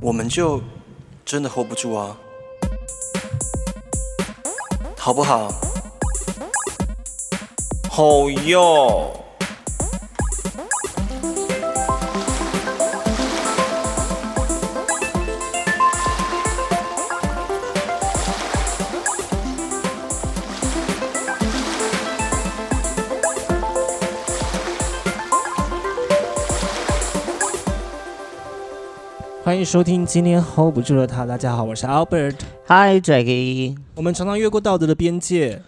我们就真的 hold 不住啊，好不好？好哟。欢迎收听今天 hold 不住的他。大家好，我是 Albert。嗨 j a c k i 我们常常越过道德的边界。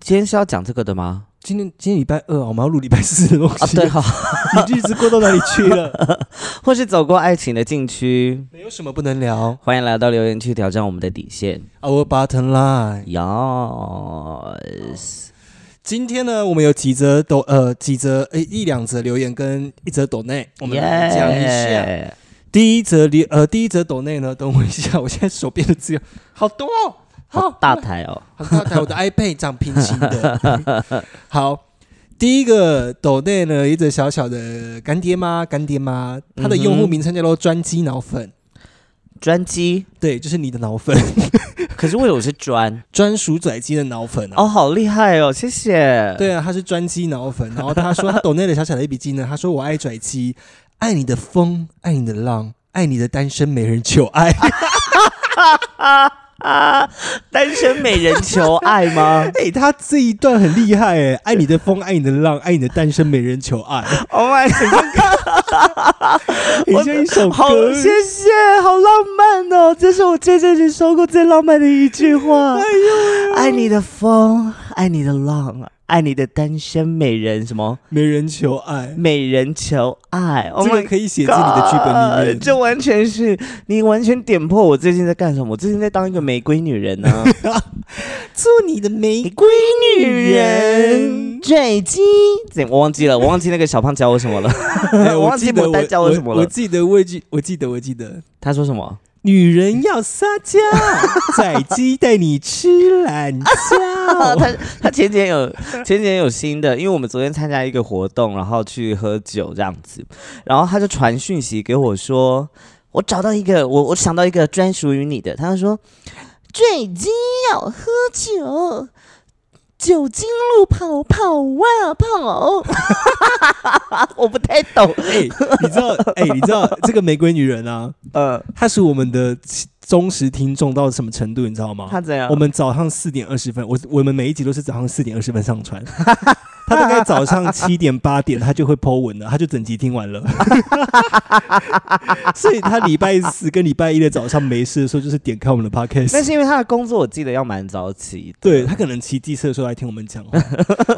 今天是要讲这个的吗？今天今天礼拜二啊，我们要录礼拜四的东西。啊，对哈、你日子过到哪里去 了？ 或是走过爱情的禁区。啊没有什么不能聊。欢迎来到留言区挑战我们的底线。 Our button line。 Yes，今天呢，我们有几则抖呃几则诶一两则留言跟一则抖内，我们来讲一下。 Yeah 第一则留呃第一则抖内呢，等我一下，我现在手边的资料好多、哦，好大台哦。好大台，我的 iPad 长平行的。 好，第一个抖内呢，一则小小的干爹妈，干爹妈，它的用户名称叫做“专机脑粉专机，”，对，就是你的脑粉，可是为什么是 专？专属拽机的脑粉啊。哦，好厉害哦，谢谢。，对啊，他是专机脑粉，然后他说他抖内的小小的一笔记呢，他说我爱拽机，爱你的风，爱你的浪，爱你的单身没人求爱，啊，单身美人求爱吗 哎、他这一段很厉害哎、爱你的风，爱你的浪，爱你的单身没人求爱， ？Oh my god！很像一首好，歌，谢谢，好浪漫哦！这是我这阵子说过最浪漫的一句话。哎呦，爱你的风，爱你的浪，爱你的单身美人，什么没人求爱。美人求爱？Oh 这 my 个 god！可以写进你的剧本里面。这完全是你完全点破我最近在干什么。我最近在当一个玫瑰女人啊呢、做你的 玫玫瑰女人坠机，怎我忘记了，我忘记那个小胖教我什么了，瑰我忘记哎得牡丹教我什么了我记得我记，我记得，我记得，他说什么？女人要撒娇，宰鸡带你吃懒啊， 觉。他他前几天 有前几天有新的，因为我们昨天参加一个活动，然后去喝酒这样子，然后他就传讯息给我说，我找到一个我我想到一个专属于你的，他就说最近要喝酒，酒精路跑跑啊跑， 我不太 懂，哎，你知道，哎，你知道这个玫瑰女人啊，呃，她是我们的忠实听众到什么程度，你知道吗？他怎样？我们早上四点二十分，我我们每一集都是早上四点二十分上传。 他大概早上七点八点，他就会 Po 文了，他就整集听完了。 所以他礼拜四跟礼拜一的早上没事的时候，就是点开我们的那 podcast。是因为他的工作我记得要蛮早起的，对他可能骑机车的时候来听我 们讲话。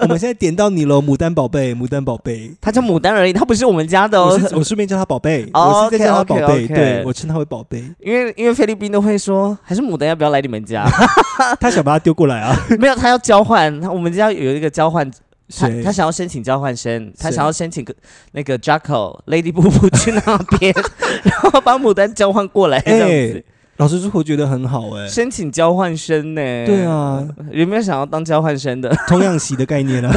我们现在点到你喽，牡丹宝贝，牡丹宝贝。他叫牡丹而已，他不是我们家的我哦。是我顺便叫他宝贝，哦我是在叫他宝贝， OK，OK，OK 对我称他为宝贝。因为因为菲律宾都会说，还是牡丹要不要来你们 家？啊他想把他丢过来啊，没有，他要交换，他我们家有一个交换， 他谁他？想要申请交换生，他谁想要申请个那个 Jacko Lady 布 布去那边，然后把牡丹交换过来哎这样子，哎老实说，我觉得很好哎。申请交换生呢、对，啊，有没有想要当交换生 的？ 童养媳的概念啊。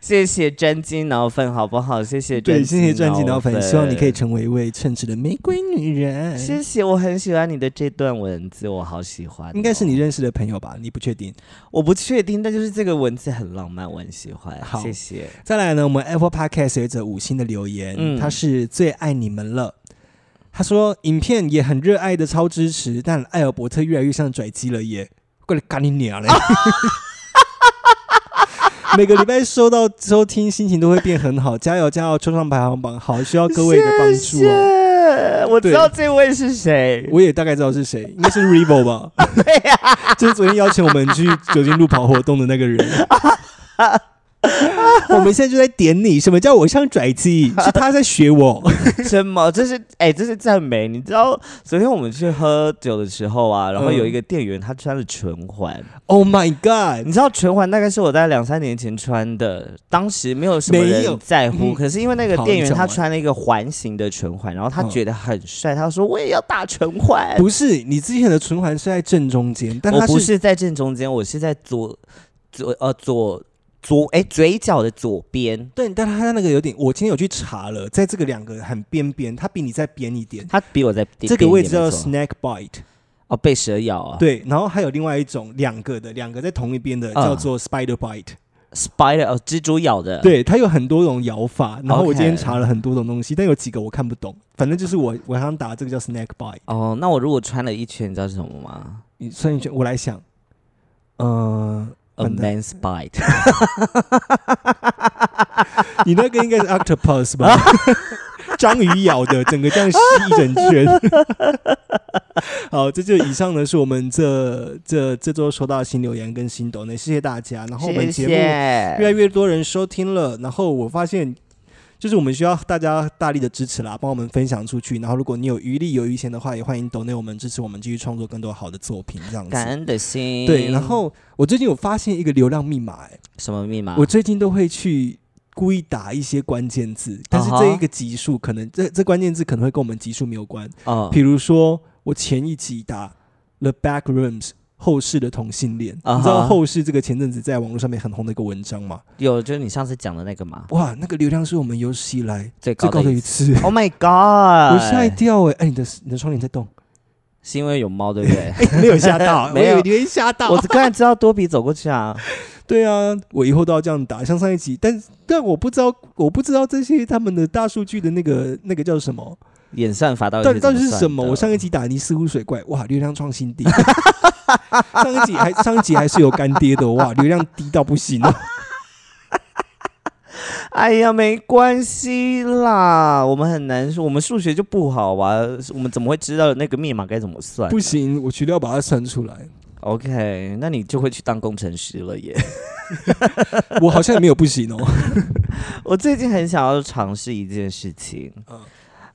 谢谢专精脑粉，好不好？谢谢专对，精谢谢专辑脑粉，粉，希望你可以。成为一位称职的玫瑰女人。谢谢，我很喜欢你的这段文字，我好喜欢哦、应该是你认识的朋友吧？你不确定。我不确定，但就是这个文字很浪漫，我很喜欢。好谢谢。再来呢，我们 Apple Podcast 有一则五星的留言，嗯他是最爱你们了。他说影片也很热爱的超支持，但艾尔伯特越来越像拽鸡了耶，过来干你娘嘞！ 每个礼拜收到收听，心情都会变很好，加油加油！冲上排行榜，好需要各位的帮助谢哦。谢我知对道这位是谁， 我也大概知道是谁，应该是 Revo 吧？对啊呀、就是昨天邀请我们去酒精路跑活动的那个人。我们现在就在点你，什么叫我像拽鸡？是他在学我。 什么？这是哎、这是赞美。你知道昨天我们去喝酒的时候啊，然后嗯有一个店员他穿了唇环， Oh my god！你知道唇环大概是我在两三年前穿的，当时没有什么没人有在乎，嗯可是因为那个好店你员讲他完穿了一个环形的唇环，然后他嗯觉得很帅，他说我也要打唇环。不是你之前的唇环是在正中间，但我他哦不是是在正中间，我是在左左呃左左哎嘴角的左边，对，但他那个有点，我今天有去查了，在这个两个很边边，它比你再边一点。它比我在这个位置叫边一点没错 snack bite，哦被蛇咬啊，对，然后还有另外一种两个的，两个在同一边的嗯叫做 spider bite， ，spider 哦蜘蛛咬的，对，它有很多种咬法。然后我 OK 今天查了很多种东西，但有几个我看不懂。反正就是我我想打这个叫 snack bite，哦，那我如果穿了一圈，你知道是什么吗你算一圈，我来想，呃， ？A 笨蛋 man's bite，你那个应该是 octopus 吧？章鱼咬的，整个这样吸一整 圈。好，这就以上呢是我们这这这周收到的新留言跟新抖内，谢谢大家。然后我们节目越来谢。越多人收听了，然后我发现。就是我们需要大家大力的支持啦，帮我们分享出去。然后，如果你有余力、有余钱的话，也欢迎抖内我们支持我们继续创作更多好的作品，这样感子。恩的心，对，然后我最近有发现一个流量密码、欸，什么密码？我最近都会去故意打一些关键字，但是啊哈这一个集数可能这这关键字可能会跟我们集数没有关。哦比如说，我前一集打 The Back Rooms 后世的同性恋啊哈你知道后世这个前阵子在网络上面很红的一个文章吗？有就是你上次讲的那个嘛，哇，那个流量是我们有史以来最最高高的的一一次。次。 Oh my 我吓一 god！跳哎、哎、你的你的窗帘在 动， 是因为有猫对不对？哎没有吓到，没有 我以为你会吓到。我刚才知道多比走过去啊。对啊，我以后都要这样打，像上一集，但但我不知道，我不知道这些他们的大数据的那个那个叫什么， 演算法到底到底到底是怎什么？算的我上一集打尼斯湖水怪，哇，流量创新低。 上一集还上一集还是有干爹的，哇，流量低到不行 哦。哎呀，没关系啦，我们很难说，我们数学就不好吧？我们怎么会知道那个密码该怎么算？不行，我绝对要把它删出来。 OK，那你就会去当工程师了耶。我好像也没有不行哦。我最近很想要尝试一件事情，嗯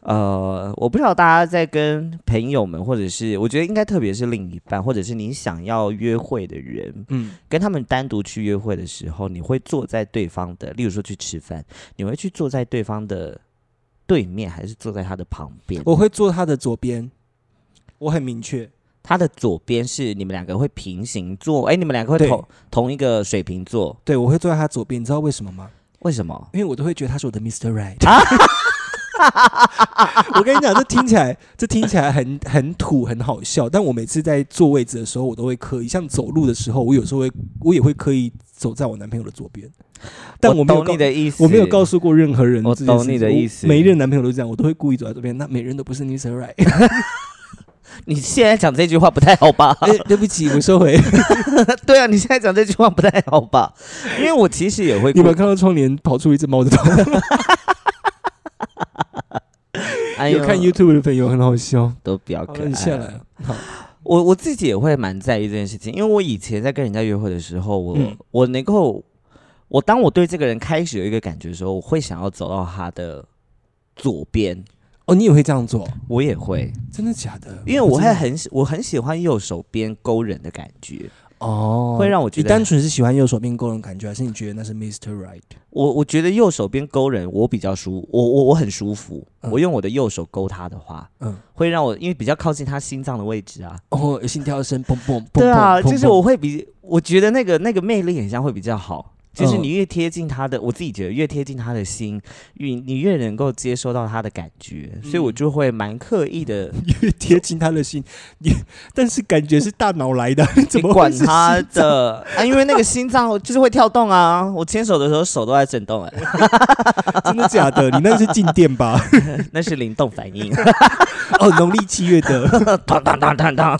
呃，我不知道大家在跟朋友们，或者是我觉得应该特别是另一半，或者是你想要约会的人， 嗯，跟他们单独去约会的时候，你会坐在对方的，例如说去吃饭，你会去坐在对方的对面，还是坐在他的旁边？我会坐他的左边，我很明确。他的左边是你们两个会平行坐，哎，你们两个会对同同一个水平坐，对，我会坐在他左边，你知道为什么吗？为什么？因为我都会觉得他是我的 Mr. 啊 Right。我跟你讲，这听起来这听起来很很土，很好笑。但我每次在坐位置的时候，我都会刻意，像走路的时候，我有时候会我也会刻意走在我男朋友的左边。但我没有懂告你的意思，我没有告诉过任何人我这件事情，懂你的意思我每一任男朋友都这样，我都会故意走在左边。那每人都不是 Mr. Right，你现在讲这句话不太好吧？哎，对不起，我收回。 对啊，你现在讲这句话不太好吧？因为我其实也会你们看到窗帘跑出一只猫的头？哎呦有看 YouTube 的朋友很好笑。都比较好可了，爱。你下来了。好，我我自己也会蛮在意这件事情，因为我以前在跟人家约会的时候，我、嗯我能够，我当我对这个人开始有一个感觉的时候，我会想要走到他的左边，哦，你也会这样做？我也会，真的假的？因为我真会的很喜我很喜欢右手边勾人的感觉，哦，会让我觉你得单纯是喜欢右手边勾人的感觉，还是你觉得那是 Mr. Right？我我觉得右手边勾人我比较舒，我我我很舒服，嗯我用我的右手勾他的话，嗯，会让我因为比较靠近他心脏的位置啊，哦，有心跳声，砰砰砰砰，对啊，砰砰就是我会比，我觉得那个那个魅力很像会比较好。就是嗯你越贴近他的，我自己觉得越贴近他的心，越你越能够接收到他的感觉，所以我就会蛮刻意 的越贴近他的心，你但是感觉是大脑 来的， 去怎么管会是他心脏？的啊，因为那个心脏就是会跳动啊，我牵手的时候手都在震动 哎、真的假的？你那是静电 吧？那是灵动反应，哦，农历七月的，当当当当当。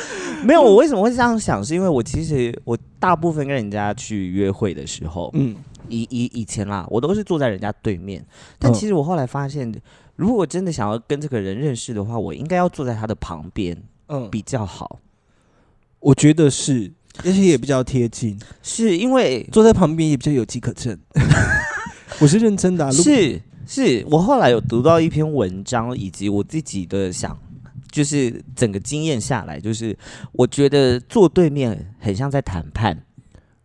没有，我为什么会这样想？是因为我其实我大部分跟人家去约会的时候，嗯，以以以前啦，我都是坐在人家对面，但嗯其实我后来发现，如果真的想要跟这个人认识的话，我应该要坐在他的旁边 嗯，比较好，我觉得是，而且也比较贴近，是因为坐在旁边也比较有机可 乘。我是认真的、啊，如果是是我后来有读到一篇文章，以及我自己的想，就是整个经验下来，就是我觉得坐对面很像在谈判。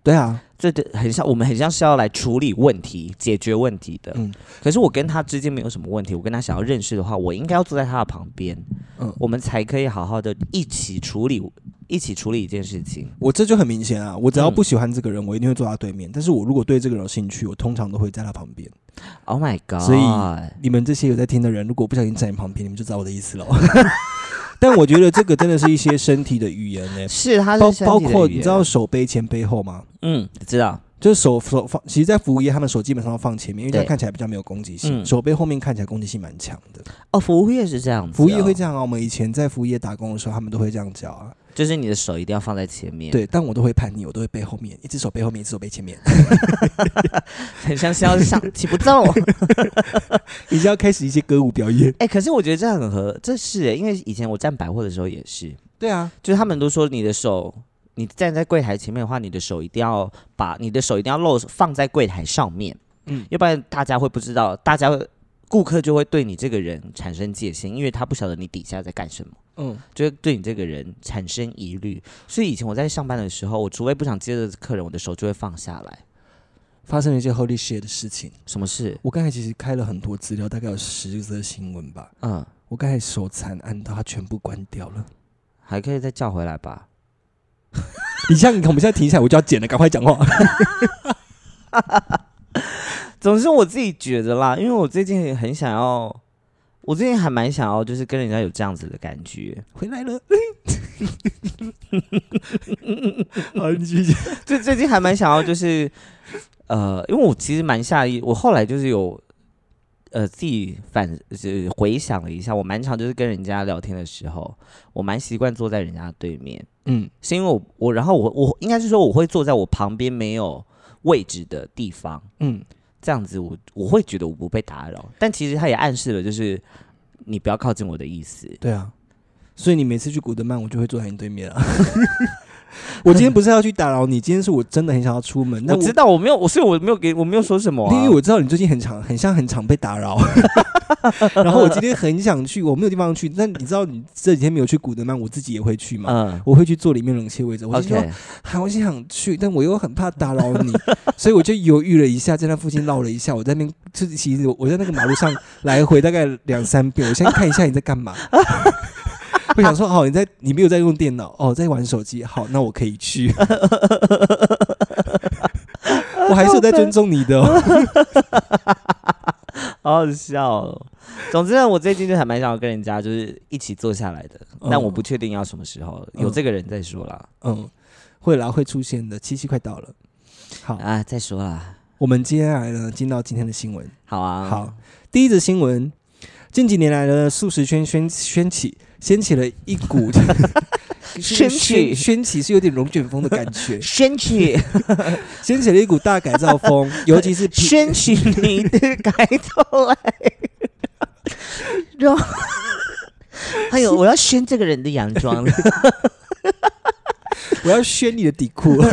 对啊，这对很像，我们很像是要来处理问题、解决问题的。嗯可是我跟他之间没有什么问题，我跟他想要认识的话，我应该要坐在他的旁边，嗯我们才可以好好的一起处理一起处理一件事情。我这就很明显啊，我只要不喜欢这个人，我一定会坐他对面。但是我如果对这个人有兴趣，我通常都会在他旁边。 Oh my god！所以你们这些有在听的人，如果不小心站你旁边，你们就知道我的意思了。 但我觉得这个真的是一些身体的语言啊呢、是他是包身体的包括语你言知道，手背前背后吗？嗯，知道，就是手手放，其实，在服务业他们手基本上都放前面，因为这样对看起来比较没有攻击性。嗯手背后面看起来攻击性蛮强的。哦，服务业是这样子哦、服务业会这样啊，我们以前在服务业打工的时候，他们都会这样教啊。就是你的手一定要放在前面，，对，但我都会叛逆，我都会背后面，一只手背后面，一只手背 前面。很像是要上起不 奏。已经要开始一些歌舞表演。哎、可是我觉得这样很合，这是、因为以前我站百货的时候也是，对啊，就是他们都说你的手，你站在柜台前面的话，你的手一定要把你的手一定要露放在柜台上面，嗯要不然大家会不知道，大家会顾客就会对你这个人产生戒心，因为他不晓得你底下在干什么。嗯，就会对你这个人产生疑虑，所以以前我在上班的时候，我除非不想接着客人，我的手就会放下来。发生了一些 holy shit 的事情。什么事？我刚才其实开了很多资料，大概有十则新闻吧。嗯，我刚才手残按到它全部关掉了。还可以再叫回来吧。你像你看，我们现在停下来，我就要剪了，赶快讲话。 总之我自己觉得啦，因为我最近也很想要，我最近还蛮想要，就是跟人家有这样子的感觉。回来了， 好，你继续讲。就 最近还蛮想要，就是呃，因为我其实蛮下意，我后来就是有。呃，自己反呃回想了一下，我蛮常就是跟人家聊天的时候，我蛮习惯坐在人家对面，嗯，是因为我我然后我我应该是说我会坐在我旁边没有位置的地方，嗯，这样子我我会觉得我不被打扰，但其实他也暗示了就是你不要靠近我的意思。对啊。所以你每次去古德曼，我就会坐在你对面啊。 我今天不是要去打扰你，今天是我真的很想要出门。那我知道我没有，我所以我没有给我没有说什么、啊，因为我知道你最近很常，很像很常被打扰， 然后我今天很想去，我没有地方去。但你知道你这几天没有去古德曼，我自己也会去嘛。嗯我会去坐里面冷气位置，我就说，OK，好想去，但我又很怕打扰你，所以我就犹豫了一下，在那附近绕了一下。我在那边就是其实我我在那个马路上来回大概两三遍，我先看一下你在干嘛。我想说，哦，你在你没有在用电脑，哦，在玩手机，好，那我可以去。我还是有在尊重你的、哦，好好笑、哦。总之呢，我最近就还蛮想要跟人家就是一起坐下来的，嗯但我不确定要什么时候，有这个人再说啦。嗯，会啦，会出现的。七夕快到了，好，啊，再说啦。我们接下来呢，进到今天的新闻。好啊，好，第一则新闻，近几年来呢，素食圈掀掀起掀起了一 股掀起，掀起是有点龙卷风的感 觉掀起掀起了一股大改造风， 尤其是披掀起你的改头来，然后，哎呦，我要掀这个人的洋装了。我要掀你的底裤。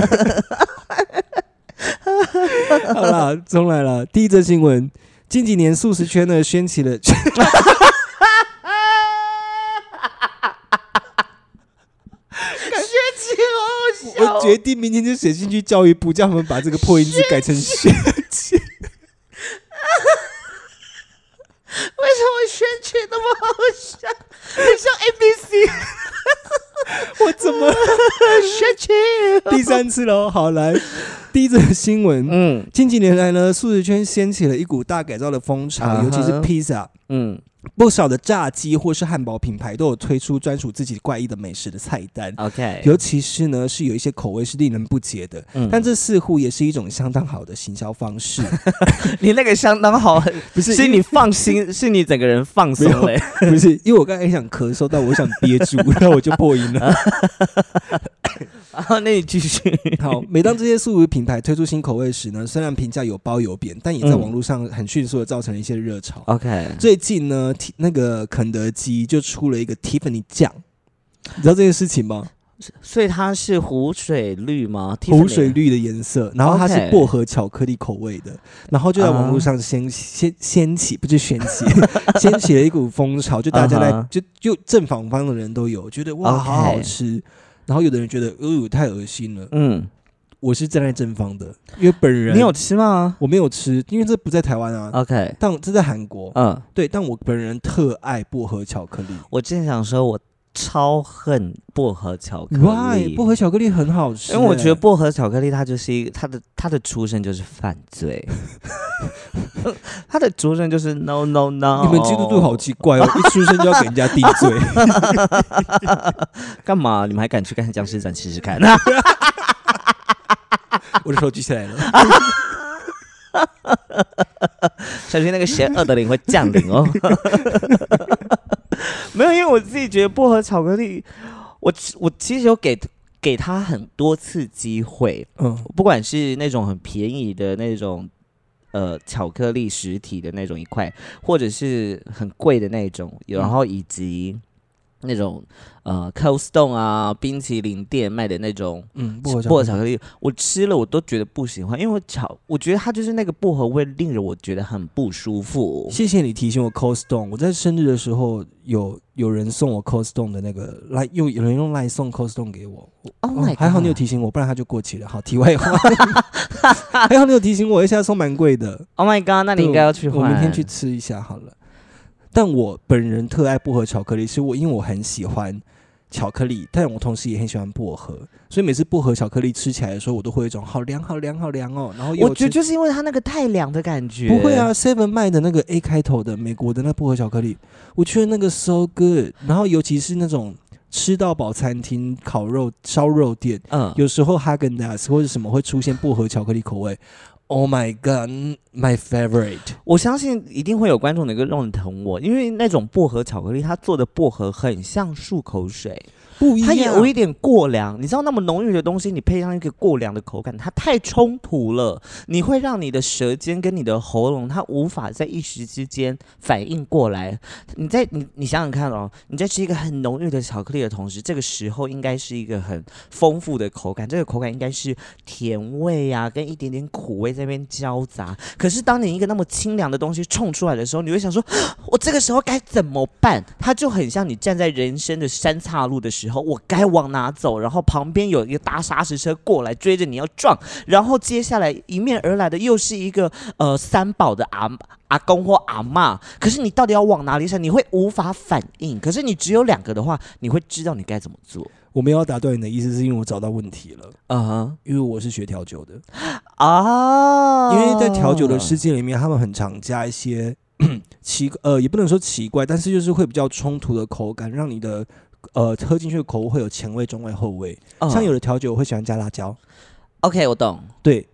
好啦，重来了。第一则新闻，近几年素食圈呢掀 起了，掀起好好我笑，决定明天就写信去教育部，叫他们把这个破音字改 成掀起。为什么掀起那么好笑？很像 A B C 我怎 么掀起。第三次喽？好来，第一则新闻，嗯近几年来呢，素食圈掀起了一股大改造的风潮啊哈尤其是披萨，嗯不少的炸鸡或是汉堡品牌都有推出专属自己怪异的美食的菜单。 ，OK，尤其是呢，是有一些口味是令人不解的，嗯但这似乎也是一种相当好的行销方式。你那个相当好， 不是是你放 心，是你整个人放松了。 不是，因为我刚才想咳嗽，但我想憋 住，然后我就破音 了。然后那你继续，好，每当这些素食品牌推出新口味时呢，虽然评价有褒有贬，但也在嗯网络上很迅速的造成了一些热潮。 OK，最近呢，提那个肯德基就出了一个 Tiffany 酱，你知道这件事情吗？所以它是湖水绿吗？湖水绿的颜色，然后它是 OK 薄荷巧克力口味的，然后就在网络上掀掀掀起，不是掀 起，掀起了一股风潮，就大家在嗯哼就就正反方的人都有，觉得哇 OK 好好吃，然后有的人觉得哦、呦太恶心了，嗯，我是站在正方的，因为本人你有吃吗我没有吃，因为这不在台湾啊， ？OK，但这在韩国，嗯。对，但我本人特爱薄荷巧克力。我正想说，我超恨薄荷巧克哇力，，薄荷巧克力很好吃、因为我觉得欸薄荷巧克力它就是一个它的它的出身就是犯 罪，它的出身就是 no no no。你们基督徒好奇怪哦，啊一出生就要给人家定罪。干嘛？你们还敢去看僵尸展试试看？ 我的手举起来了，小心那个邪恶的灵会降临哦。 没有，因为我自己觉得薄荷巧克力，我我其实有给给他很多次机会，嗯，不管是那种很便宜的那种。呃，巧克力实体的那种一块，或者是很贵的那种，然后以及那种呃 Cold Stone 啊，冰淇淋店卖的那种嗯，薄荷薄荷巧巧克克力，我吃了我都觉得不喜欢，因为巧，我觉得它就是那个薄荷味令人我觉得很不舒服力。。谢谢你提醒我 Cold Stone。我在生日的时候有有人送我 Cold Stone 的那个来，用有人用来送 Cold Stone 给我。 Oh 哦 my，还好你有 god 提醒我，不然它就过期了。好，题 外话，还好你有提醒我，一下送蛮贵的。 Oh my god，那你对应该要去换。我明天去吃一下好了。但我本人特爱薄荷巧克力，是我因为我很喜欢巧克力，但我同时也很喜欢薄荷，所以每次薄荷巧克力吃起来的时候，我都会有一种好凉、好凉、好凉哦。然后又我觉得就是因为它那个太凉的感觉。不会啊，Seven 卖的那个 A 开头的美国的那薄荷巧克力，我觉得那个 so good。然后尤其是那种吃到饱餐厅、烤肉、烧肉店，嗯，有时候哈根达斯或者什么会出现薄荷巧克力口味。Oh my god，my favorite。我相信一定会有观众能够认同我，因为那种薄荷巧克力，它做的薄荷很像漱口水，不一它样，有一点过凉。你知道那么浓郁的东西，你配上一个过凉的口感，它太冲突了，你会让你的舌尖跟你的喉咙，它无法在一时之间反应过来。你在你你想想看哦，你在吃一个很浓郁的巧克力的同时，这个时候应该是一个很丰富的口感，这个口感应该是甜味呀、跟一点点苦味在那边交杂。可是当你一个那么清凉的东西冲出来的时候，你会想说，我这个时候该怎么办？它就很像你站在人生的三岔路的时候，我该往哪走？然后旁边有一个大砂石车过来追着你要撞，然后接下来迎面而来的又是一个呃三宝的阿阿公或阿嬷。可是你到底要往哪里闪？你会无法反应。可是你只有两个的话，你会知道你该怎么做。我没有要打断你的意思，是因为我找到问题了。嗯哼因为我是学调酒的，啊，因为在调酒的哦世界里面，他们很常加一些 奇呃，也不能说奇怪，但是就是会比较冲突的口感，让你的呃喝进去的口味会有前味、中味、后味。嗯像有的调酒我会喜欢加辣椒， OK，我懂。对，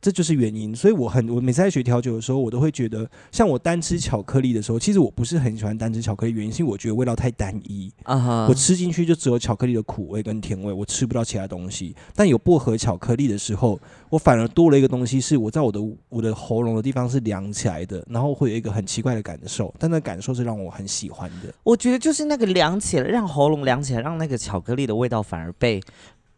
这就是原因。所以我很我每次在学调酒的时候，我都会觉得，像我单吃巧克力的时候，其实我不是很喜欢单吃巧克力，原因是我觉得味道太单一。啊哈，我吃进去就只有巧克力的苦味跟甜味，我吃不到其他东西。但有薄荷巧克力的时候，我反而多了一个东西，是我在我的我的喉咙的地方是凉起来的，然后会有一个很奇怪的感受，但那感受是让我很喜欢的。我觉得就是那个凉起来，让喉咙凉起来，让那个巧克力的味道反而被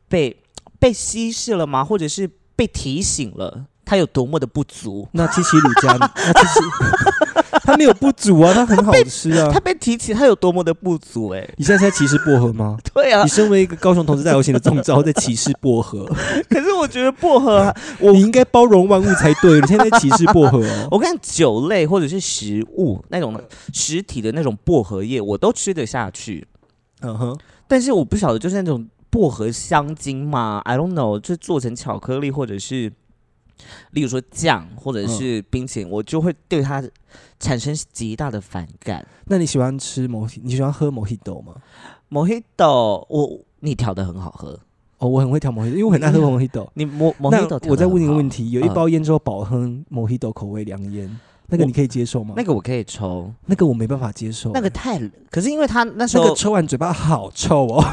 被被稀释了吗？或者是被提醒了它有多么的不足？那七喜乳 加，那七喜，它没有不足啊，它很好吃啊它。被提起它有多么的不足、欸？你现在是在歧视薄荷吗？对啊你。身为一个高雄同志大游行的中招，在歧视薄荷，可是我觉得薄荷， 我你应该包容万物才对。你现在在歧视薄荷哦。 我看酒类或者是食物那种实体的那种薄荷叶，我都吃得下去。嗯哼，但是我不晓得，就是那种薄荷香精嘛，I don't know，就做成巧克力或者是，例如说酱或嗯者是冰淇淋，我就会对它产生极大的反感。那你喜欢吃某？你喜欢喝某一豆吗？ Mojito，我你调的很好喝，哦，我很会调 Mojito，因为我很爱 喝 Mojito。你 Mo 那嗯 Mojito 我再问你一个问题，题：有一嗯包烟之后饱哼 Mojito 口味凉烟，那个我你可以接受吗？那个我可以抽，那个我没办法接受，那个太，可是因为它那时那候个抽完嘴巴好臭哦。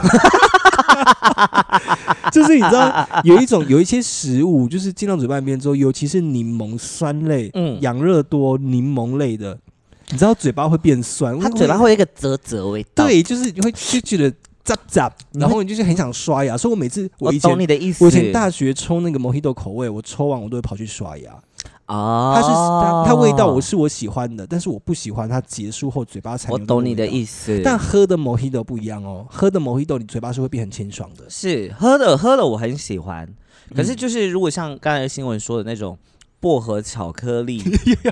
就是你知道，有一种有一些食物，就是进到嘴巴里面之后，尤其是柠檬酸类、嗯养乐多、柠檬类的，你知道嘴巴会变酸，它嘴巴会有一个啧啧味道。，嗯对，就是你会就觉得咋咋，然后你就是很想刷牙，所以我每次我我以前懂你的意思。我以前大学抽那个 Mojito 口味，我抽完我都会跑去刷牙。啊，它是它它味道我是我喜欢的，但是我不喜欢它结束后嘴巴才。我懂你的思。意思，但喝的 Mojito 不一样哦，喝的 Mojito 你嘴巴是会变很清爽 的。是喝的喝的我很喜欢，可是嗯就是如果像刚才新闻说的那种。薄荷巧克 力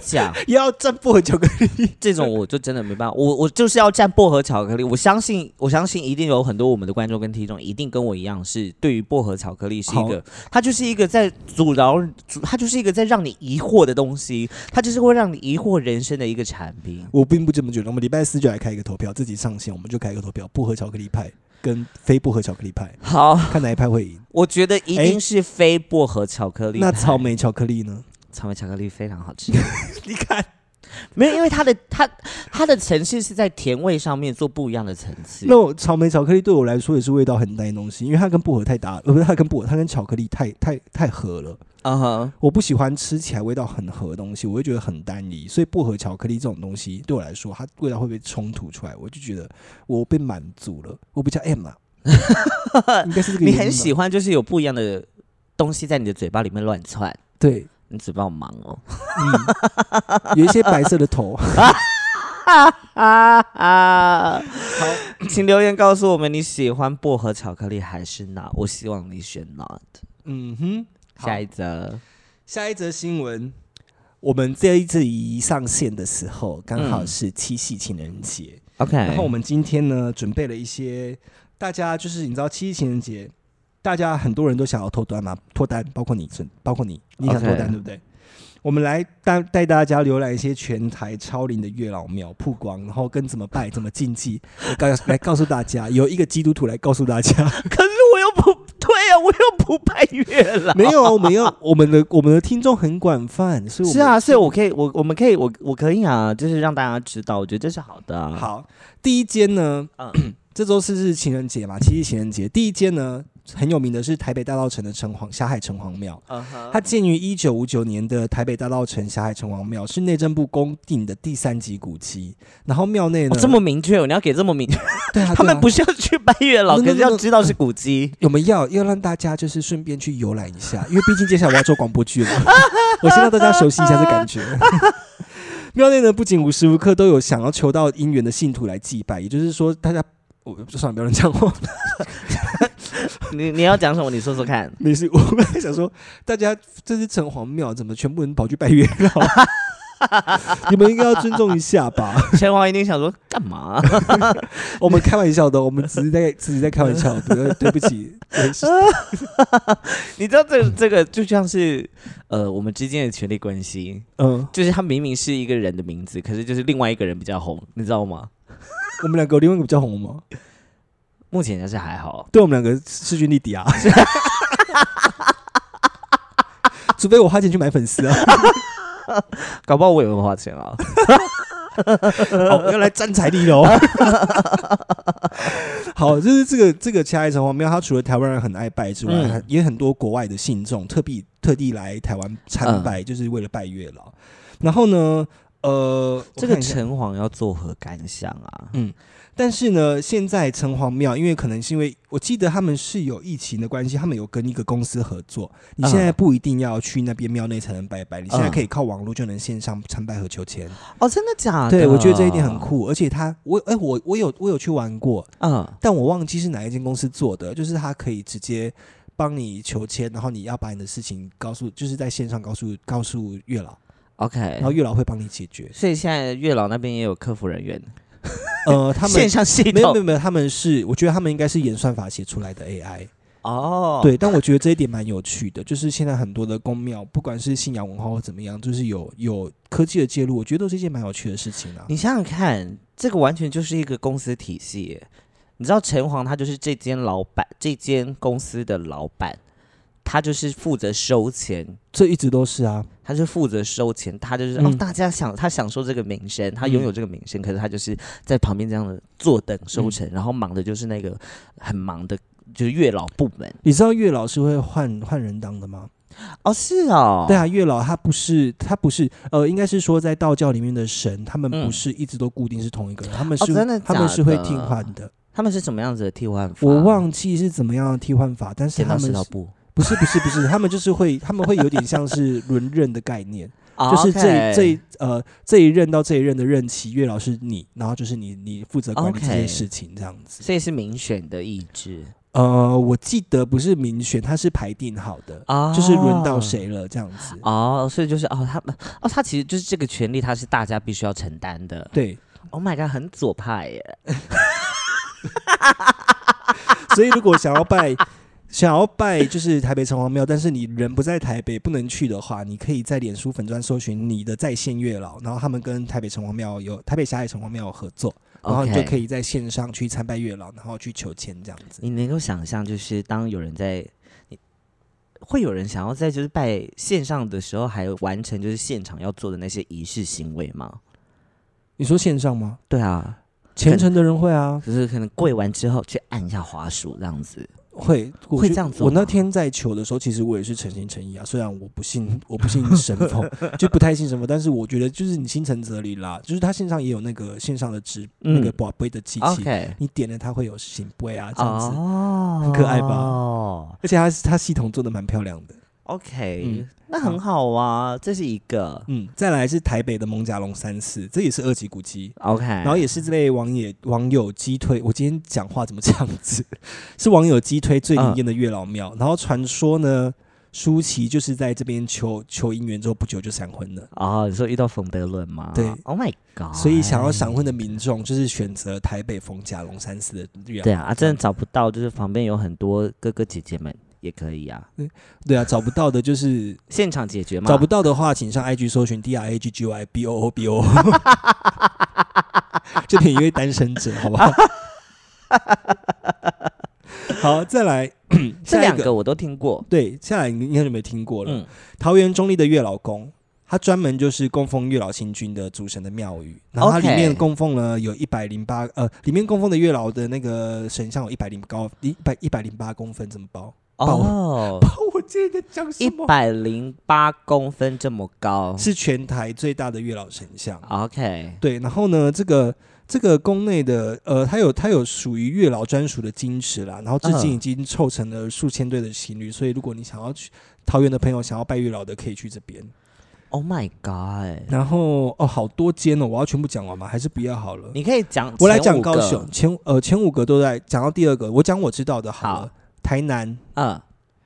酱，要蘸薄荷巧克力，这种我就真的没办法，我我就是要蘸薄荷巧克力。我相信，我相信一定有很多我们的观众跟听众一定跟我一样，是对于薄荷巧克力是一个，它就是一个在阻挠，阻它就是一个在让你疑惑的东西，它就是会让你疑惑人生的一个产品。我并不这么觉得。我们礼拜四就来开一个投票，自己上线我们就开一个投票，薄荷巧克力派跟非薄荷巧克 力派，好，看哪一派会赢。我觉得一定是非薄荷巧克力派。那草莓巧克力呢？草莓巧克力非常好 吃，你看，没有，因为它的它它的层次是在甜味上面做不一样的层次。那我草莓巧克力对我来说也是味道很淡的东西，因为它跟薄荷太搭，呃，不是它跟薄荷，它跟巧克力太太太合了。嗯哼，我不喜欢吃起来味道很合的东西，我会觉得很单一。所以薄荷巧克力这种东西对我来说，它味道会被冲突出来，我就觉得我被满足了，我比较 M 啊，应该是这个原你因吧。很喜欢就是有不一样的东西在你的嘴巴里面乱窜，对，你嘴巴好忙哦。嗯，有一些白色的头，啊啊！好，请留言告诉我们你喜欢薄荷巧克力还是 not？我希望你选 not。嗯哼。好下一则，下一则新闻，我们这一次一上线的时候，刚好嗯是七夕情人节。 OK，然后我们今天呢，准备了一些大家就是你知道七夕情人节，大家很多人都想要脱单嘛，脱单，包括你，准包括你，你想 OK 脱单对不对？我们来带带大家浏览一些全台超龄的月老庙曝光，然后跟怎么拜、怎么禁忌， 来告来告诉大家，有一个基督徒来告诉大家， 可是我又不对啊，我又不拜月了。没有啊，我们要我们的我们的听众很广泛，所以我是们啊，所以我可以，我我们可以，我我可以啊，就是让大家知道，我觉得这是好的、啊。，好，第一间呢，嗯 这周四是情人节嘛，七夕情人节。第一间呢，很有名的是台北大道城的城隍霞海城隍庙，嗯哼，它建于一九五九年的台北大道城霞海城隍庙，是内政部公定的第三级古迹。然后庙内呢，哦这么明确哦，你要给这么明，对啊，他们对不啊。是要去拜月老， No, no, 可是 no, 要 no. 知道是古迹。我们要要让大家就是顺便去游览一下， 因为毕竟接下来我要做广 播剧了，我先让大家熟悉一下这感觉。 庙内呢，不仅无时无刻都有想要求到姻缘的信徒来祭拜，也就是说，大家我就算了，不要乱讲话。你你要讲什么？你说说 看。没事，我本来想说，大家这是城隍庙，怎么全部人跑去拜月老？你们应该要尊重一下吧。陈王一定想说干嘛？啊我们开玩笑的，我们只是在只是在开玩笑，不要对不起。对 你知道这个这个就像是呃我们之间的权力关系，嗯，就是他明明是一个人的名字，可是就是另外一个人比较红，你知道吗？我们两个有另外一个比较红吗？目前还是还好。对我们两个势均力敌啊。除非我花钱去买粉丝啊！搞不好我也会花钱啊。 好，哦要来沾财力喽。好，就是这个这个其他城隍庙，它除了台湾人很爱拜之外，嗯还也很多国外的信众特地特地来台湾参嗯拜，就是为了拜月老。然后呢，呃，这个我看一下城隍要作何感想啊？但是呢，现在城隍庙，因为可能是因为我记得他们是有疫情的关系，他们有跟一个公司合作，你现在不一定要去那边庙内才能拜拜，你现在嗯可以靠网络就能线上参拜和求签。哦，真的假的？对，我觉得这一点很。酷，而且他我哎、我我有我有去玩过，嗯，但我忘记是哪一间公司做的，就是它可以直接帮你求签，然后你要把你的事情告诉，就是在线上告诉告诉月老， OK 然后。月老会帮你解决。所以现在月老那边也有客服人员，呃，他线们上系没有没统有没有，他们是我觉得他们应该是演算法写出来的 AI，、哦，，对，但我觉得这一点蛮有趣的，就是现在很多的宫庙，不管是信仰文化或怎么样，就是有有科技的介入，我觉得都是一件蛮有趣的事情啊。你想想看，这个完全就是一个公司体系耶。你知道陈黄他就是这间老板，这间公司的老板，他就是负责收钱，这一直都是啊，他是负责收钱，他就是、嗯哦，大家享他享受这个名声，他拥有这个名声，可是他就是在旁边这样的坐等收嗯成，然后忙的就是那个很忙的，就是月老部门。你知道月老是会换换人当的吗？哦，是哦，对啊，月老他不是他不是呃，应该是说在道教里面的神，他们嗯不是一直都固定是同一个人，他们哦是、真的他们假是会的替换的。他们是什么样子的替换法？我忘记是怎么样的替换法，但是剪他刀石们头是布，不是不是不是，他们就是会他们会有点像是轮任的概念， 哦就是这 OK 一这一呃这一任到这一任的任期，月老是你，然后就是你你负责管理这 OK 件事情这样子。所以是民选的意志。呃，我记得不是民选，它是排定好的，啊就是轮到谁了这样子。哦，所以就是哦，他们哦，他其实就是这个权利，他是大家必须要承担的。对， Oh my god，很左派耶！所以如果想要拜，想要拜就是台北城隍庙，但是你人不在台北不能去的话，你可以在脸书粉专搜寻你的在线月老，然后他们跟台北城隍庙有台北狭隘城隍庙有合作，然后你就可以，以在线上去参拜月老，然后去求签这样子。你能够想象，就是当有人在你会有人想要在就是拜线上的时候，还完成就是现场要做的那些仪式行为吗？你说线上吗？对啊，虔诚的人会啊，就是可能跪完之后去按一下滑鼠这样子。会我会去这样做我那吗天在求的时候，其实我也是诚心诚意啊，虽然我不信，我不信神佛，就不太信神佛，但是我觉得就是你心诚则灵啦，就是他线上也有那个线上的直、那个嗯宝贝的机器。 OK，你点了它会有醒杯啊，这样子。哦，很可爱吧哦而且它它系统做的蛮漂亮的。 ，OK，嗯那很好啊，这是一个嗯，再来是台北的蒙甲龙三寺，这也是二级古迹。 OK，然后也是这类网友网友击推，我今天讲话怎么这样子？ 是网友击推最灵验的月老庙。然后传说呢，舒淇就是在这边求求姻缘之后不久就闪婚了，哦，你说遇到冯德伦吗？对，Oh my god！所以想要闪婚的民众就是选择台北冯甲龙山寺的月老。对啊，啊，真的找不到，就是旁边有很多哥哥姐姐们也可以啊，对啊，找不到的就是现场解决嘛。找不到的话，请上 IG 搜寻 D R A G G Y B O O B O，这便一位单身者，好不 好？好，再来 这下一两个，个我都听过，对，下来你应该就没听过了。嗯，桃园中立的月老宫，它专门就是供奉月老星君的主神的庙宇，然后它里 OK 面供奉了有一百零八呃，里面供奉的月老的那个神像有一百零高一百一百零八公分这么薄。哦， 我今天在讲一百零八公分这么高是全台最大的月老神像。 ，OK，对，然后呢，这个这个宫内的呃，它有它有属于月老专属的金池啦，然后至今嗯已经凑成了数千对的情侣，所以如果你想要去桃园的朋友想要拜月老的，可以去这边。 ，Oh my god！然后哦，好多间哦，我要全部讲完吗？还是不要好了？你可以讲，我来讲高雄，前呃前五个都在，讲到第二个，我讲我知道的好了。好台南，嗯，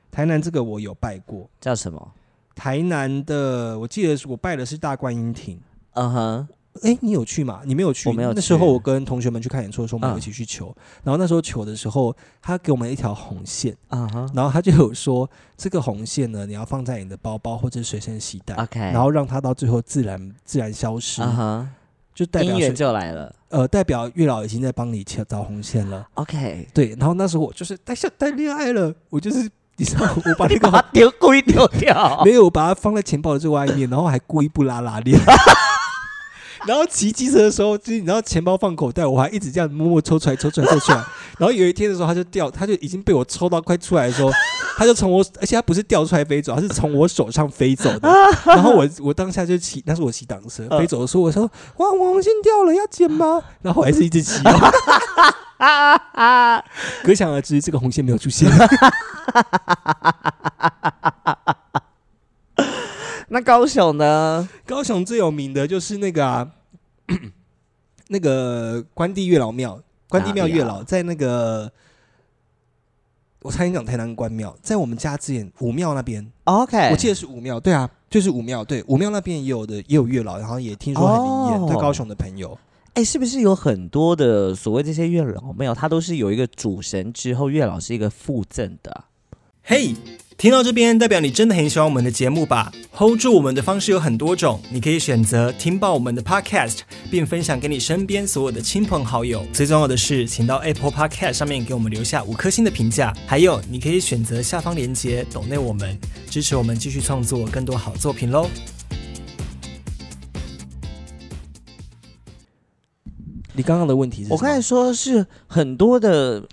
台南这个我有拜过，叫什么？台南的我记得是我拜的是大观音亭。嗯哼，哎，你有去吗？你没有去，我没有那去时候我跟同学们去看演出的时候，我们嗯有一起去求。然后那时候求的时候，他给我们一条红线，嗯哼然后他就有说，这个红线呢，你要放在你的包包或者随身携带，OK，然后让它到最后自然自然消失，嗯哼，就代表姻缘是就来了呃代表月老已经在帮你切找红线了。 ，OK，对，然后那时候我就是带上带恋爱了，我就是你知道，我把那 个把它丢故意丢 掉没有，我把它放在钱包的最外面，然后还故意不拉拉链。 然后骑机车的时候，就是你知道钱包放口袋，我还一直这样默默抽出来、抽出来、抽出来。然后有一天的时候，它就掉，它就已经被我抽到快出来的时候，它就从我，而且它不是掉出来飞走，它是从我手上飞走的。然后我我当下就骑，那是我骑挡车飞走的时候，我说哇，我红线掉了，要捡吗？然后我还是一直骑、哦，啊啊！可想而知，这个红线没有出现。那高雄呢？高雄最有名的就是那个啊， 那个关帝月老庙，关帝庙月哪里啊老在那个，我差点讲台南关庙，在我们家之前武庙那边，哦 OK，我记得是武庙，对啊，就是武庙，对，武庙那边也有的也有月老，然后也听说很灵验，哦对高雄的朋友，哎、是不是有很多的所谓这些月老庙，它都是有一个主神之后，月老是一个附赠的啊、嘿听到这边，代表你真的很喜欢我们的节目吧？Hold 住我们的方式有很多种，你可以选择听爆我们的 Podcast，并分享给你身边所有的亲朋好友。最重要的是，请到 Apple Podcast 上面给我们留下五颗星的评价。还有，你可以选择下方链接抖内我们，支持我们继续创作更多好作品喽。你刚刚的问题是我刚才说是很多的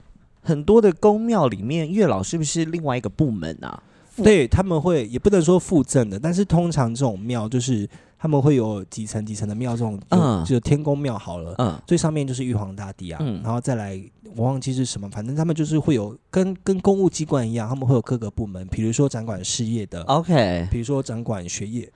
很多的宫庙里面，月老是不是另外一个部门啊？对他们会也不能说附赠的，但是通常这种庙就是他们会有几层几层的庙，这种嗯嗯，就天宫庙好了。嗯，最上面就是玉皇大帝啊，嗯然后再来我忘记是什么，反正他们就是会有跟跟公务机关一样，他们会有各个部门，比如说掌管事业的， OK，比如说掌管学业，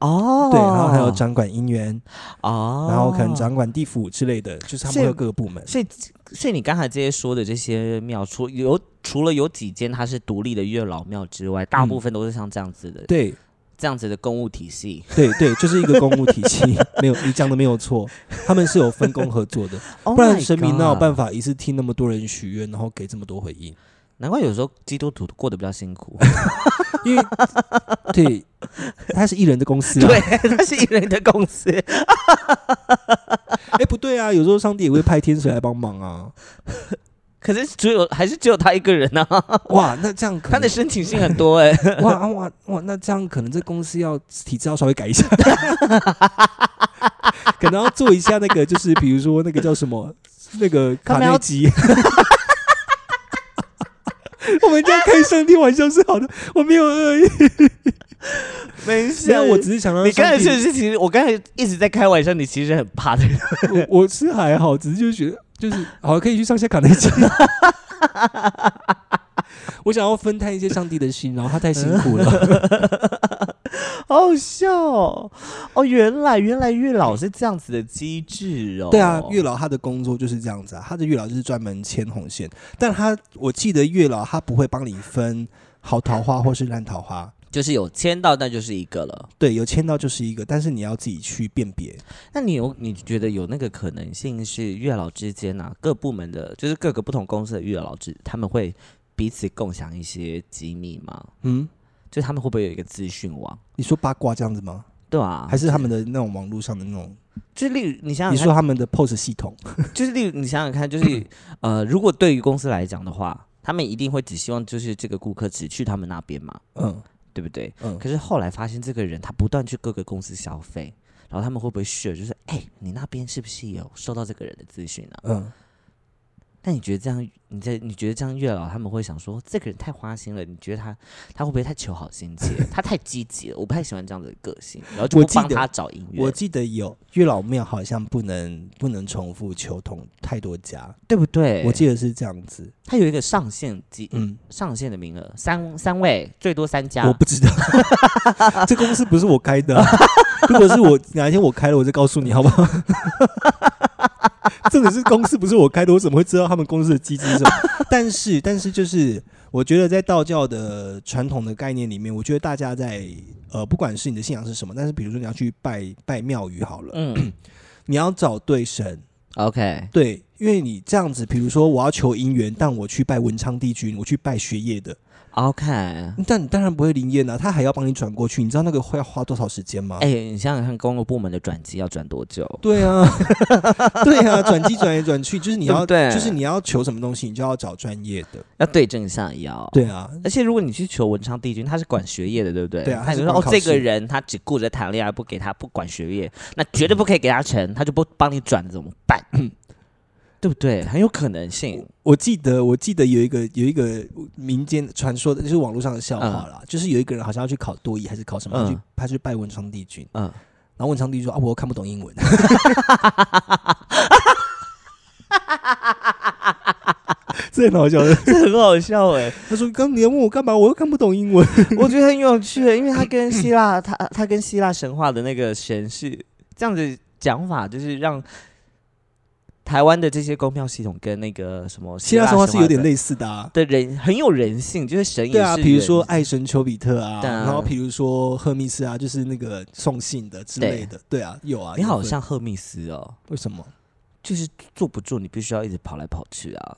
哦，对，然后还有掌管姻缘，哦，然后可能，掌管地府之类的，就是他们所以会有各个部门。所以所以你刚才这些说的这些庙，除有除了有几间它是独立的月老庙之外，大部分都是像这样子的、对这样子的公务体系。对对，就是一个公务体系，没有你讲的没有错，他们是有分工合作的， Oh 不 my 然神明哪有 God 办法一次听那么多人许愿，然后给这么多回应？难怪有时候基督徒过得比较辛 苦。因为对，他是艺人的公司啊，对，它是一人的公司。 哎、不对啊，有时候上帝也会派天使来帮忙啊。可是只有还是只有他一个人 啊，哇，那这样可他的能申请性很多哎、 哇啊哇哇，那这样可能这公司要体制要稍微改一下， 可能要做一下那个，就是比如说那个叫什么，那个卡他们要内基。 我们家开上帝玩笑是好的，我没有恶意，没没有，我只 只是想让你刚才上帝确实，其实我刚才一直在开玩笑，你其实很怕的人。我 我是还好，只是就觉得就是好可以去上下卡内 基。我想要分摊一些上帝的心，然后他太辛苦了。 好好笑哦！哦，原来原来月老是这样子的机制哦。对啊，月老他的工作就是这样子啊，他的月老就是专门牵红线，但他我记得月老他不会帮你分好桃花或是烂桃花，就是有签到，那就是一个了。对，有签到就是一个，但是你要自己去辨别。那你有你觉得有那个可能性是月老之间啊，各部门的，就是各个不同公司的月老之，他们会彼此共享一些机密吗？嗯，就他们会不会有一个资讯网？你说八卦这样子吗？对啊，还是他们的那种网络上的那种？就例如你想你想看说他们的 POS 系统？就是例如你想想看，就是 呃，如果对于公司来讲的话，他们一定会只希望就是这个顾客只去他们那边嘛，嗯对不对？嗯，可是后来发现这个人他不断去各个公司消费，然后他们会不会 share 就是哎、你那边是不是有收到这个人的资讯啊？嗯，但你觉得这样，你在你觉得这样月老他们会想说这个人太花心了，你觉得他他会不会太求好心 切，他太积极了？我不太喜欢这样的个性，然后就我不记帮得他找音乐，我记得有月老庙好像不能不能重复求同太多家，对不对？我记得是这样子。他有一个上限机。嗯，上限的名额，三三位最多三家，我不知道， 这公司不是我开的啊、如果是我哪一天我开了，我再告诉你好不好？ 这个是公司不是我开的，我怎么会知道他们公司的机制是什么？但是，但是就是我觉得在道教的传统的概念里面，我觉得大家在呃，不管是你的信仰是什么，但是比如说你要去拜拜庙宇好了，嗯 你要找对神， ，OK，对，因为你这样子，比如说我要求姻缘，但我去拜文昌帝君，我去拜学业的， OK，但你当然不会灵验啊，他还要帮你转过去，你知道那个会要花多少时间吗？哎、你想想看，公务部门的转机要转多久？对啊， 对啊，转机转来转去，就是你要，对不对就是你要求什么东西，你就要找专业的。要对症下药。，对啊，而且如果你去求文昌帝君，他是管学业的，对不对？对啊他他就是说管哦，考这试个人他只顾着谈恋爱，不给他不管学业，那绝对不可以给他成，他就不帮你转，怎么办？ 对不对？很有可能性。我记得，我记得有一个有一个民间传说的，就是网络上的笑话啦，就是有一个人好像要去考多艺还是考什么，嗯他去他去拜文昌帝君，嗯， 然后文昌帝君说啊，我又看不懂英文， 这很好笑的。 这很好笑哎、他说刚你要问我干嘛，我又看不懂英文。我觉得很有趣，欸因为他跟希腊，他他跟希腊神话的那个神是这样子讲法，就是让台湾的这些公票系统跟那个什么希腊神话是有点的类似的啊。的人很有人性，就是神也是对啊，比如人说爱神丘比特啊，对啊然后比如说赫密斯啊，就是那个送信的之类的，对啊，有啊。你有好分像赫密斯哦，为什么？就是坐不住，你必须要一直跑来跑去啊。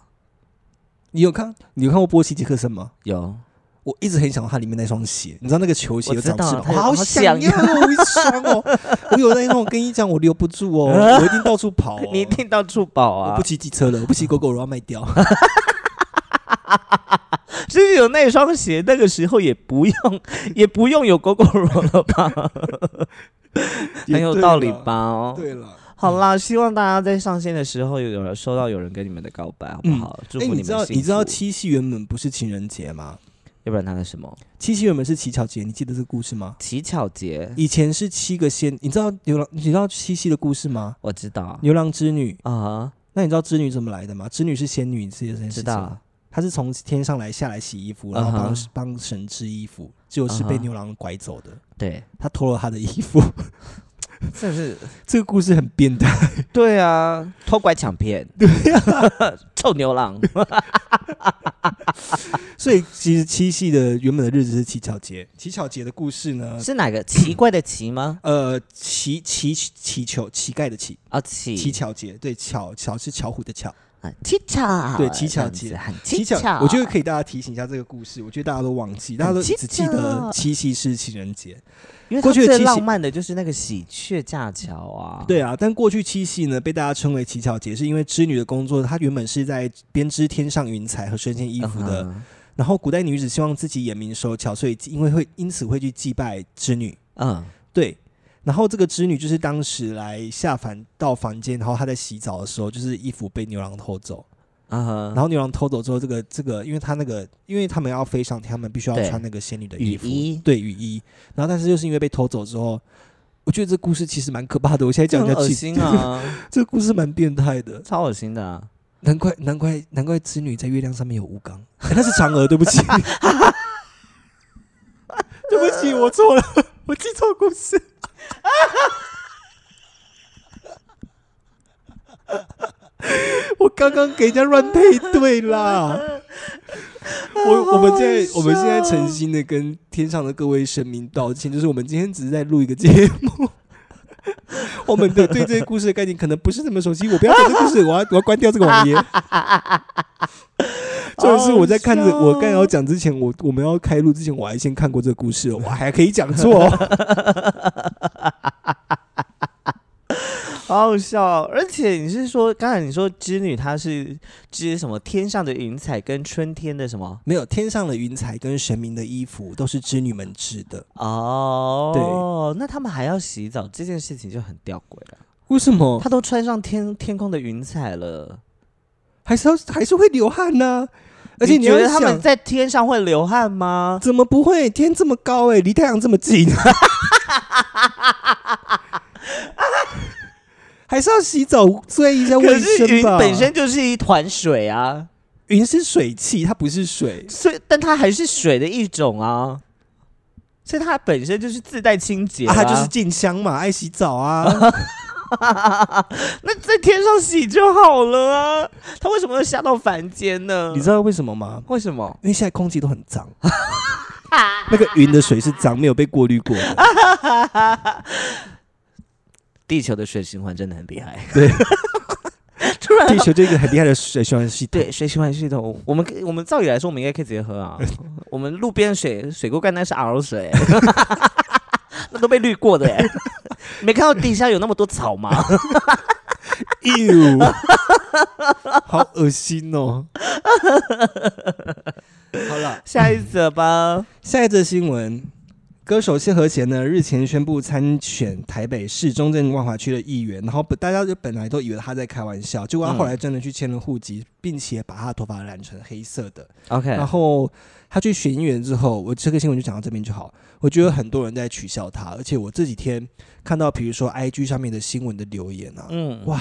你有看你有看过波西杰克森吗？有，我一直很想要它里面那双鞋，你知道那个球鞋我有知长道翅膀，它有好好想想要哦一双 哦。我有那种，我跟你讲，我留不住哦，我一定到处跑、哦。你一定到处跑我啊不！骑机车了，我不骑狗狗，我要 卖掉。就是有那双鞋，那个时候也不用， 也不用有 GoGo 了吧？ 很有道理吧？哦，对了，好啦，希望大家在上线的时候有有人收到有人跟你们的告白，好不好？祝哎、福们你知幸道福。你知道七夕原本不是情人节吗？要不然那个什么七夕原本是乞巧节，你记得这个故事吗？乞巧节，以前是七个仙，你知道牛郎，你知道七夕的故事吗？我知道牛郎织女，啊，那你知道织女怎么来的吗？织女是仙女，你记得这件事知情吗道。她是从天上来下来洗衣服，然后帮、嗯哼帮神织衣服，结果是嗯被哼牛郎拐走的。对，他偷了她的衣服，这是 这个故事很变态。对啊，偷拐抢骗，对呀、 臭牛 郎，所以其实七夕的原本的日子是乞巧节，乞巧节的故事呢，是哪个奇怪的奇吗？呃，乞乞乞求乞丐的乞，啊，奇乞巧节，对，巧巧是巧虎的巧，啊，乞巧，对乞这巧样子节很乞乞巧巧，，我觉得可以大家提醒一下这个故事，我觉得大家都忘记，大家都乞只记得巧七夕是情人节，因为过它去的最七夕浪漫的就是那个喜鹊架桥啊，对啊，但过去七夕呢，被大家称为乞巧节，是因为织女的工作，她原本是在编织天上云彩和身件衣嗯服哼，的。然后古代女子希望自己眼明手巧，所以因为会因此会去祭拜织女。嗯，对，然后这个织女就是当时来下凡到凡间，然后她在洗澡的时候，就是衣服被牛郎偷走。嗯哼，然后牛郎偷走之后，这个这个，因为他那个，因为他们要飞上天，他们必须要对穿那个仙女的雨衣服，衣对雨衣。然后但是就是因为被偷走之后。我觉得这故事其实蛮可怕的，我现在讲这人很家恶气心啊， 这个故事蛮变态的，超恶心的啊，难怪难怪难怪织女在月亮上面有吴刚，哎那是嫦娥，对 不起， 对不起，我错了，我记错故事。 我刚刚给人家乱配对 啦！我我们现在我们现在诚心的跟天上的各位神明道歉，就是我们今天只是在录一个节目， 我们的对这个故事的概念可能不是那么熟悉。我不要讲这故事， 我要我要关掉这个 网页。就是我在看着好笑我刚才要讲之前，我我们要开录之前，我还先看过这个故事哦，我还可以讲错哦。好好笑哦。而且你是说，刚才你说织女她是织什么天上的云彩跟春天的什么？ 没有，天上的云彩跟神明的衣服都是织女们织的，哦，对，那他们还要洗澡这件事情就很吊诡了。为什么？他都穿上天天空的云彩了，还是要还是会流汗呢、而且你要觉得他们想，在天上会流汗吗？怎么不会？天这么高哎、离太阳这么近， 还是要洗澡追一下可卫是生云吧。本身就是一团水啊，云是水汽，它不是水。所以但它还是水的一种啊，所以它本身就是自带清洁、啊，它就是静香嘛，爱洗澡啊。 那在天上洗就好了啊，它为什么要下到凡间呢？ 你知道为什么吗？为什 么？因为现在空气都很 脏，那个云的水是脏，没有被过滤 过的。地球的水循环真的很厉害。对，突然地球这个很厉害的水循环 系统。对水循环系统，我们可以我们照理来说，我们应该可以直接喝 啊。我们路边水水沟盖那是 R 水， 那都被滤过的哎、 没看到地下有那么多草吗？哟，好恶心哦！好了，下一则吧。下一则新闻，歌手谢和弦呢日前宣布参选台北市中正万华区的议员，然后本大家就本来都以为他在开玩笑，结果他后来真的去签了户籍，并且把他的头发染成黑色的。 OK，然后他去选议员之后，我这个新闻就讲到这边就好。我觉得很多人在取笑他，而且我这几天看到，比如说 IG 上面的新闻的留言啊，嗯，哇，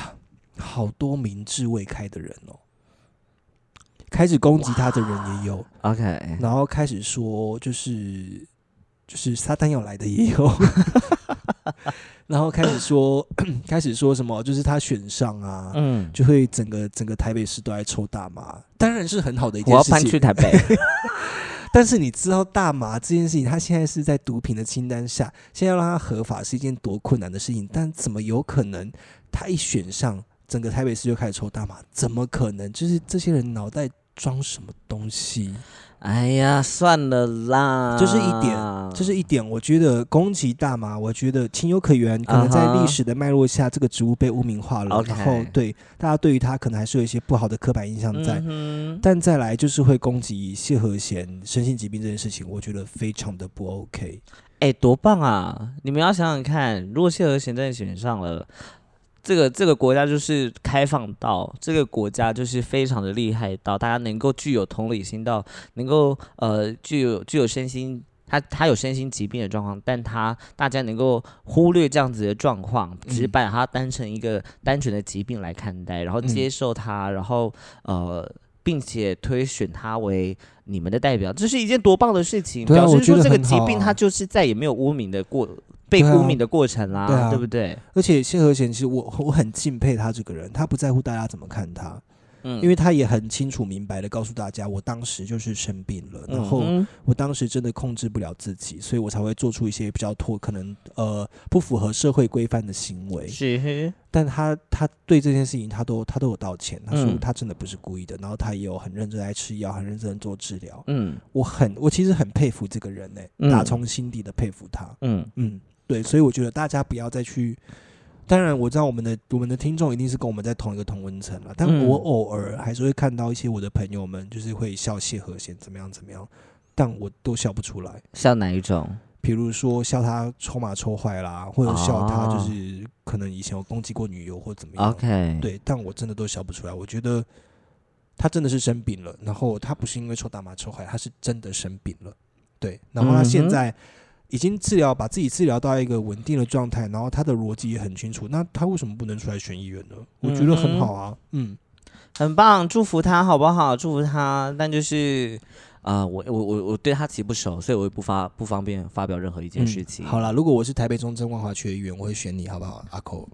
好多明智未开的人哦，开始攻击他的人也有， ，OK，然后开始说就是就是撒旦要来的也有， 然后开始说 开始说什么，就是他选上啊。嗯，就会整个整个台北市都在抽大麻，当然是很好的一我件要事搬去情。台 北。但是你知道大麻这件事情，它现在是在毒品的清单下，现在要让它合法是一件多困难的事情。但怎么有可能，他一选上，整个台北市就开始抽大麻？怎么可能？就是这些人脑袋装什么东西？哎呀，算了啦，这是一点嗯这是一点，我觉得攻击大麻，我觉得情有可原。可能在啊哈历史的脉络下，这个植物被污名化了 OK 然后对大家对于它可能还是有一些不好的刻板印象在。嗯哼但再来就是会攻击谢和弦身心疾病这件事情，我觉得非常的不 OK。哎、多棒啊！你们要想想看，如果谢和弦真的选上了，这个这个国家就是开放到，这个国家就是非常的厉害到，大家能够具有同理心到，能够呃具有具有身心。他他有身心疾病的状况，但他大家能够忽略这样子的状况，只是把它当成一个单纯的疾病来看待，然后嗯接受它，然后呃，并且推选他为你们的代表，这是一件多棒的事情！对啊表我示觉说得这个很疾好病啊它就是再也没有污名的过被对啊污名的过程啦，对啊不对？而且谢和弦，其实我 我很敬佩他这个人，他不在乎大家怎么看他，嗯因为他也很清楚明白的告诉大家，我当时就是生病了，然后嗯我当时真的控制不了自己，所以我才会做出一些比较脱可能呃不符合社会规范的行为。是但他他对这件事情他都他都有道歉，他说嗯他真的不是故意的，然后他也有很认真地在吃药，很认真地做治疗。嗯我很我其实很佩服这个人呢、欸嗯打从心底的佩服他。嗯嗯，对，所以我觉得大家不要再去。当然，我知道我们的我们的听众一定是跟我们在同一个同温层了，但嗯我偶尔还是会看到一些我的朋友们，就是会笑谢和弦怎么样怎么样，但我都笑不出来。像哪一种？比如说笑他抽马抽坏啦，或者笑他就是可能以前有攻击过女友或怎啊么样 OK，，对，但我真的都笑不出来。我觉得他真的是生病了，然后他不是因为抽大麻抽坏，他是真的生病了。对，然后他嗯现哼在已经治疗，把自己治疗到一个稳定的状态，然后他的逻辑也很清楚。那他为什么不能出来选议员呢？我觉得很嗯哼好啊。嗯，很棒，祝福他好不好？祝福他，但就是。啊、我我我我对他其实不熟，所以我也不发不方便发表任何一件事情。嗯好啦，如果我是台北中正万华区的议员，我会选你，好不好，阿 寇？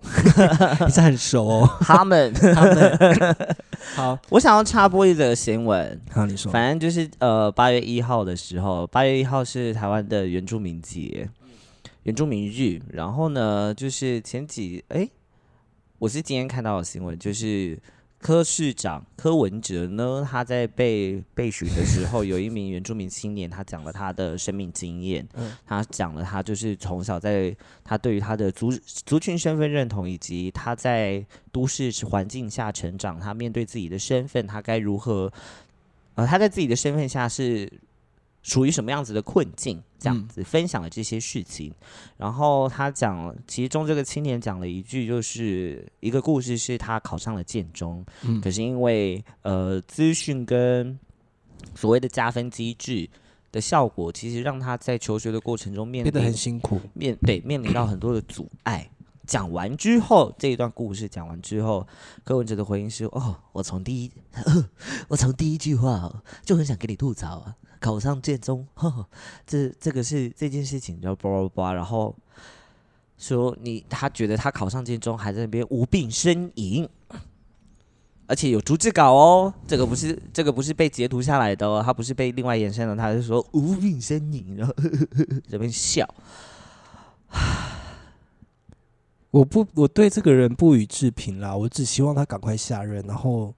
你是很熟哦。他们，他们 好，我想要插播一则新闻，好，你说。反正就是呃，八月一号的时候，八月一号是台湾的原住民节，原住民日。然后呢，就是前几哎、我是今天看到的新闻，就是柯市长柯文哲呢，他在被被询的时候，有一名原住民青年，他讲了他的生命经验，嗯他讲了他就是从小在他对于他的族族群身份认同，以及他在都市环境下成长，他面对自己的身份，他该如何，呃，他在自己的身份下是处于什么样子的困境，这嗯样子、分享了这些事情。然后他讲了，其中这个青年讲了一句，就是一个故事，是他考上了建中，嗯可是因为呃资讯跟所谓的加分机制的效果，其实让他在求学的过程中面变得临很辛苦，面对面临到很多的阻碍。讲完之后，这一段故事讲完之后，柯文哲的回应是：哦，我从第一， 我从第一句话哦就很想给你吐槽啊，考上建中， 呵这这个是这件事情，然后叭叭叭，然后说你他觉得他考上建中还在那边无病呻吟，而且有逐字稿哦，这个不是这个不是被截图下来的哦，他不是被另外延伸的，他是说无病呻吟，然后呵呵呵这边笑。我不，我对这个人不予置评啦。我只希望他赶快下任，然后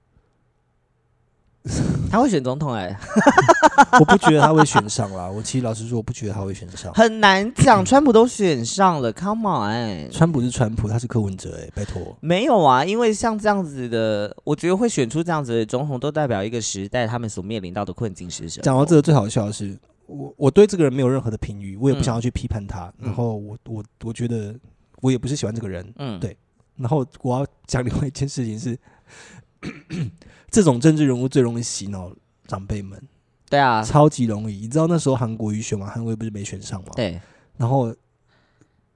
他会选总统哎、 我不觉得他会选上啦。我其实老实说，我不觉得他会选上。很难讲。川普都选上了，Come on，哎川普是川普，他是柯文哲、欸，拜托。没有啊？因为像这样子的，我觉得会选出这样子的总统，都代表一个时代他们所面临到的困境是什么。讲到这个最好笑的是，我我对这个人没有任何的评语，我也不嗯想要去批判他。然后我我我觉得我也不是喜欢这个人。嗯对然后我要讲另外一件事情是， 这种政治人物最容易洗脑长辈们，对啊，超级容易。你知道那时候韩国瑜选完，韩国瑜不是没选上吗？对， 然后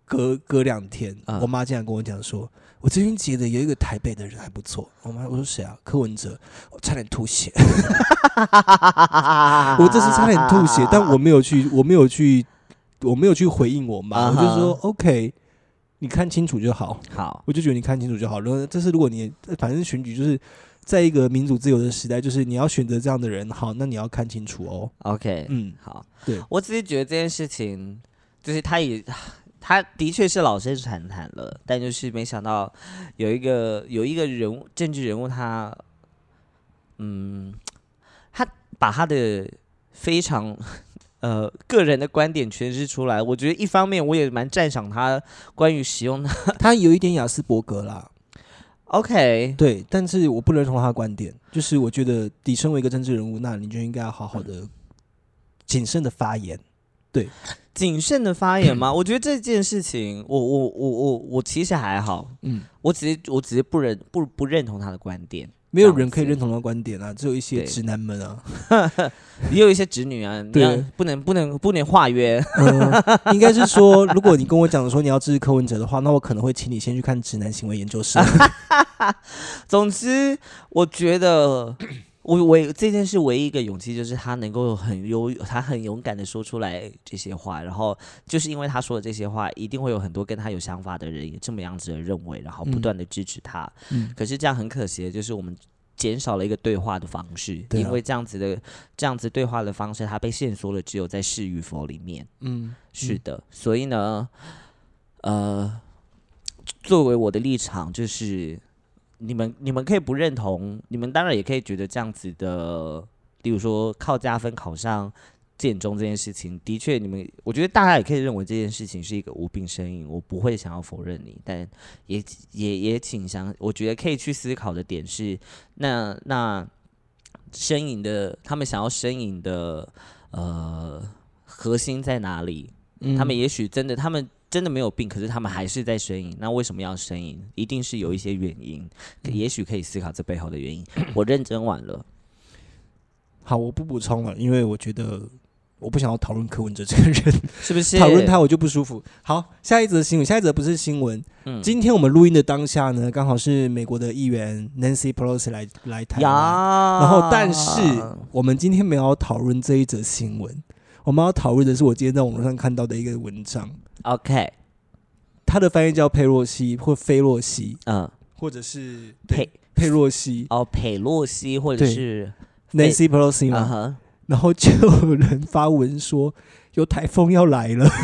隔隔两天，啊我妈竟然跟我讲说，我最近觉得有一个台北的人还不错。我妈我说谁啊？柯文哲，我差点吐血，我 我这次差点吐血，但我没有去，我没有去，我没有去回应我妈，啊我哈就说 OK，你看清楚就好。 好，我就觉得你看清楚就好。然后，这是如果你反正选举就是在一个民主自由的时代，就是你要选择这样的人，好，那你要看清楚哦。 OK，嗯，好，对我只是觉得这件事情，就是他也，他的确是老生常谈了，但就是没想到有一个有一个人物政治人物他，嗯，他把他的非常。 呃，个人的观点诠释出来，我觉得一方面我也蛮赞赏他关于使用的。 他有一点雅斯伯格啦， OK，对，但是我不能认同他的观点，就是我觉得你身为一个政治人物，那你就应该要好好嗯的、谨慎的发言。谨慎的发言吗？我觉得这件事情，我我我我我其实还好，嗯，我只是我只是不认不不认同他的观点。没有这样人可以子认同他的观点啊，只有一些对直男们啊， 也有一些侄女啊，你要对不能不能不能化约， 嗯，应该是说，如果你跟我讲说你要支持柯文哲的话，那我可能会请你先去 看直男行为研究生。总之，我觉得我我这件事唯一一个勇气就是他能够很优，他很勇敢的说出来这些话，然后就是因为他说的这些话，一定会有很多跟他有想法的人也这么样子的认为，然后不嗯断的支持他。嗯可是这样很可惜，的就是我们减少了一个对话的方式，对啊因为这样子的这样子对话的方式，它被限缩了，只有在是与否里面。嗯，是的，所以呢，呃，作为我的立场就是，你们你们可以不认同，你们当然也可以觉得这样子的，例如说靠加分考上。建中这件事情，的确，你们我觉得大家也可以认为这件事情是一个无病呻吟，我不会想要否认你，但也也也请想，我觉得可以去思考的点是，那那呻吟的他们想要呻吟的呃核心在哪里？嗯他们也许真的，他们真的没有病，可是他们还是在呻吟。那为什么要呻吟？一定是有一些原因，可嗯也许可以思考这背后的原因。我认真完了，好，我不补充了，因为我觉得我不想要讨论柯文哲这个人，是不是？讨论他我就不舒服。好，下一则新闻，下一则不是新闻，嗯今天我们录音的当下呢，刚好是美国的议员 Nancy Pelosi 来来台湾，啊呀，然后但是我们今天没有要讨论这一则新闻，我们要讨论的是我今天在网络上看到的一个文章， OK，它的翻译叫佩洛西或菲洛西，嗯，或者是佩佩洛西哦佩洛西或者 对是 Nancy Pelosi 啊嘛， 哈，然后就有人发文说有台风要来了。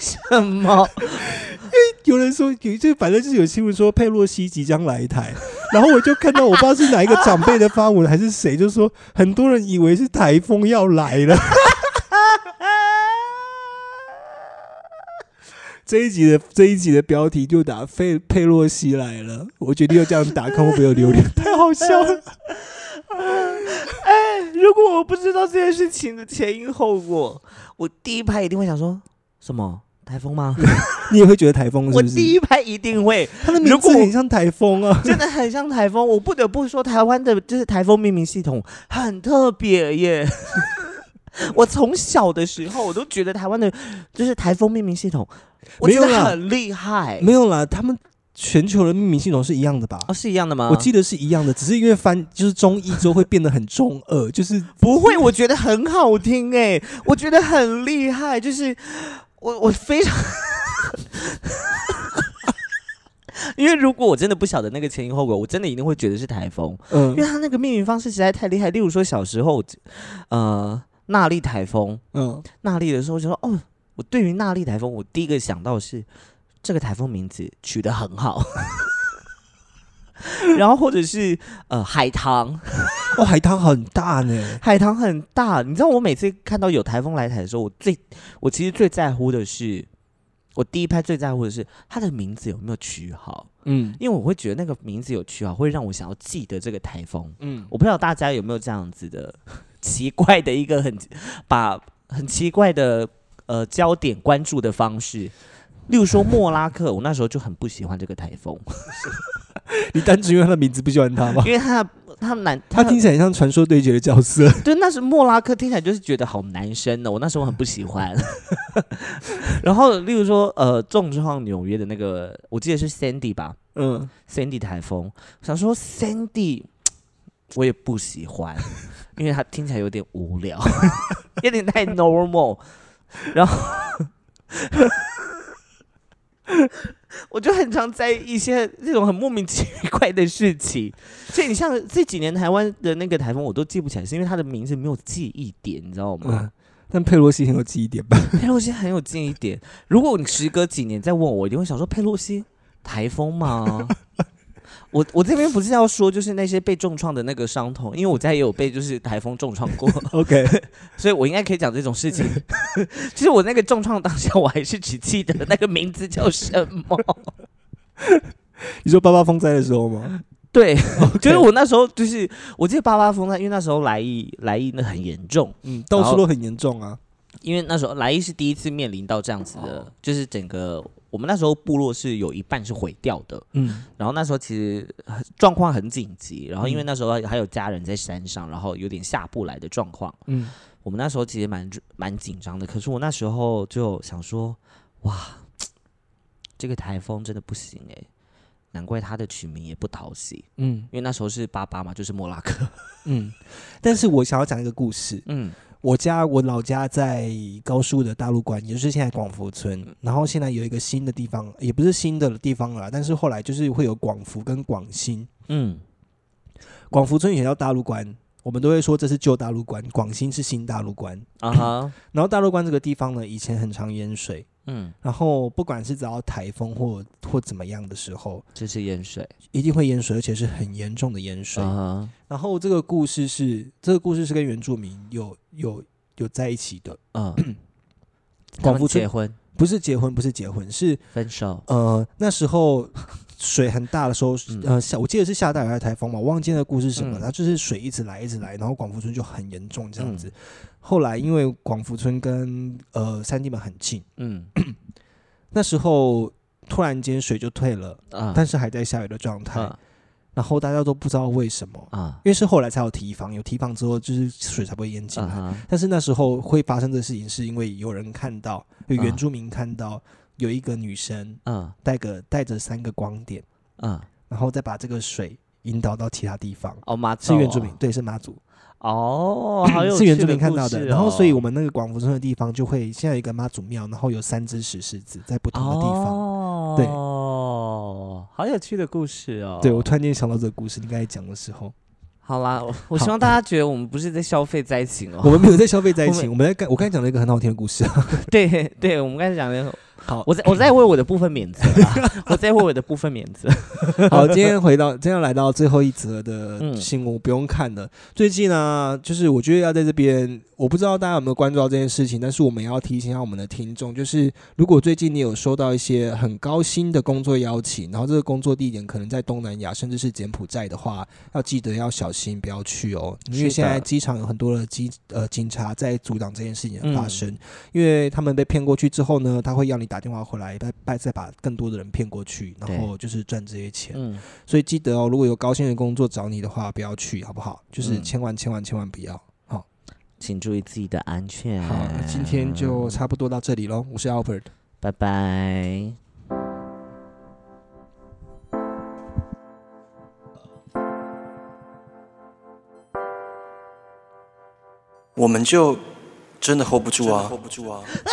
什么？有人说，有就反正就是有新闻说佩洛西即将来台， 然后我就看到我不知道是哪一个长辈的发文还是谁，就说很多人以为是台风要来了。这一集的这一集的标题就打佩佩洛西来了，我决定要这样打，看会不会有流量， 太好笑了。哎如果我不知道这件事情的前因后果，我第一拍一定会想说什么台风吗？你也会觉得台风是我不第是？一拍一定会，它的如名字果很像台风 啊。真的很像台风。我不得不说，台湾的就是台风命名系统很特别 耶。我从小的时候，我都觉得台湾的就是台风命名系统，我觉得没有啦很厉害。没有啦，他们全球的命名系统是一样的吧？哦，是一样的吗？我记得是一样的，只是因为翻就是中一之后会变得很中二，就是不会，我觉得很好听哎、我觉得很厉害，就是我我非常。 因为如果我真的不晓得那个前因后果，我真的一定会觉得是台风。嗯因为它那个命名方式实在太厉害。例如说小时候，呃，纳莉台风，嗯，纳莉的时候就说，哦，我对于纳莉台风，我第一个想到的是这个台风名字取得很好。 然后或者是呃海棠，哦，海棠很大呢，海棠很大，你知道我每次看到有台风来台的时候，我最我其实最在乎的是，我第一拍最在乎的是它的名字有没有取好，嗯因为我会觉得那个名字有取好，会让我想要记得这个台风。嗯，我不知道大家有没有这样子的 奇怪的一个很把很奇怪的呃焦点关注的方式。例如说莫拉克，我那时候就很不喜欢这个台风，你单纯因为他的名字不喜欢 他吗？因为他他难他听起来像传说对决的角色，对，那是莫拉克，听起来就是觉得好男生哦呢、我那时候很不喜欢。 然后，例如说，呃，重创纽约的那个，我记得是 Sandy 吧嗯， ，Sandy 台风，想说 Sandy，我也不喜欢， 因为它听起来有点无聊，有点太 normal。然后我就很常在意一些这种很莫名其怪的事情，所以你像这几年台湾的那个台风，我都记不起来，是因为它的名字没有记忆点，你知道吗嗯？但佩洛西很有记忆点吧？ 佩洛西很有记忆点。如果你时隔几年再问我，我一定会想说佩洛西台风吗？ 我我这边不是要说，就是那些被重创的那个伤痛，因为我家也有被就是台风重创过， OK，所以我应该可以讲这种事情。 其实我那个重创当下，我还是只记得那个名字叫什么。 你说八八风灾的时候吗？ 对，就是我那时候就是我记得八八风灾，因为那时候来意来意那很严重，嗯，到然处后都很严重啊。因为那时候莱伊是第一次面临到这样子的，哦就是整个我们那时候部落是有一半是毁掉的，嗯然后那时候其实呃状况很紧急，然后因为嗯那时候还有家人在山上，然后有点下不来的状况，嗯，我们那时候其实蛮蛮紧张的，可是我那时候就想说，哇，这个台风真的不行哎、难怪它的取名也不讨喜，嗯因为那时候是巴巴嘛，就是莫拉克。嗯。但是我想要讲一个故事，嗯，我家我老家在高速的大陆关，也就是现在广福村。然后现在有一个新的地方，也不是新的地方了啦，但是后来就是会有广福跟广新。嗯，广福村以前叫大陆关，我们都会说这是旧大陆关，广新是新大陆关。啊哈，然后大陆关这个地方呢，以前很常淹水，嗯，然后不管是只要台风或或怎么样的时候，这是盐水。一定会淹水，而且是很严重的淹水。啊然后这个故事是这个故事是跟原住民有有有在一起的，哈， 嗯，广福结村婚、不是结婚，不是结婚，是分手，呃那时 候水很大的时候嗯，呃下我记得是下大雨还是台风嘛，我忘记那个故事是什么了，嗯然后就是水一直来一直来，然后广福村就很严重这样嗯子。后来因为广福村跟呃三地门很近，嗯那时候突然间水就退了，啊，但是还在下雨的状态，啊然后大家都不知道为什么，啊因为是后来才有提防，有提防之后就是水才不会淹进啊来。哈，但是那时候会发生这事情，是因为有人看到，有原住民看到有一个女生啊带个带着三个光点，啊，然后再把这个水引导到其他地方。哦妈，是原住民，对，是妈祖， 哦，好有是原趣住的民看故到事的。哦然后，所以我们那个广福村的地方就会现在有一个妈祖庙，然后有三只石狮子在不同的地方。哦，对哦，好有趣的故事哦。对我突然间想到这个故事，你刚才讲的时候，好啦，我我好希望大家觉得我们不是在消费灾情我哦。们没有在消费在一我起，们我们在干，我刚才讲了一个很好听的故事啊。 对对，我们刚才讲的，好我在 我在为我的部分免责啦， 我在为我的部分免责。 好，今天回到今天来到最后一则的嗯新闻，我不用看了。最近呢、就是我觉得要在这边，我不知道大家有没有关注到这件事情，但是我们也要提醒一下我们的听众，就是如果最近你有收到一些很高薪的工作邀请，然后这个工作地点可能在东南亚甚至是柬埔寨的话，要记得要小心，不要去哦，因是为的现在机场有很多的机呃警察在阻挡这件事情的发嗯生，因为他们被骗过去之后呢，他会要你打电话回来，再再再把更多的人骗过去，然后就是赚这些钱。嗯，所以记得哦，如果有高薪的工作找你的话，不要去，好不好？就是嗯千万千万千万不要。好，请注意自己的安全。好，那今天就差不多到这里喽。我是 Albert。拜拜。我们就真的 hold 不住啊，hold 不住啊。啊！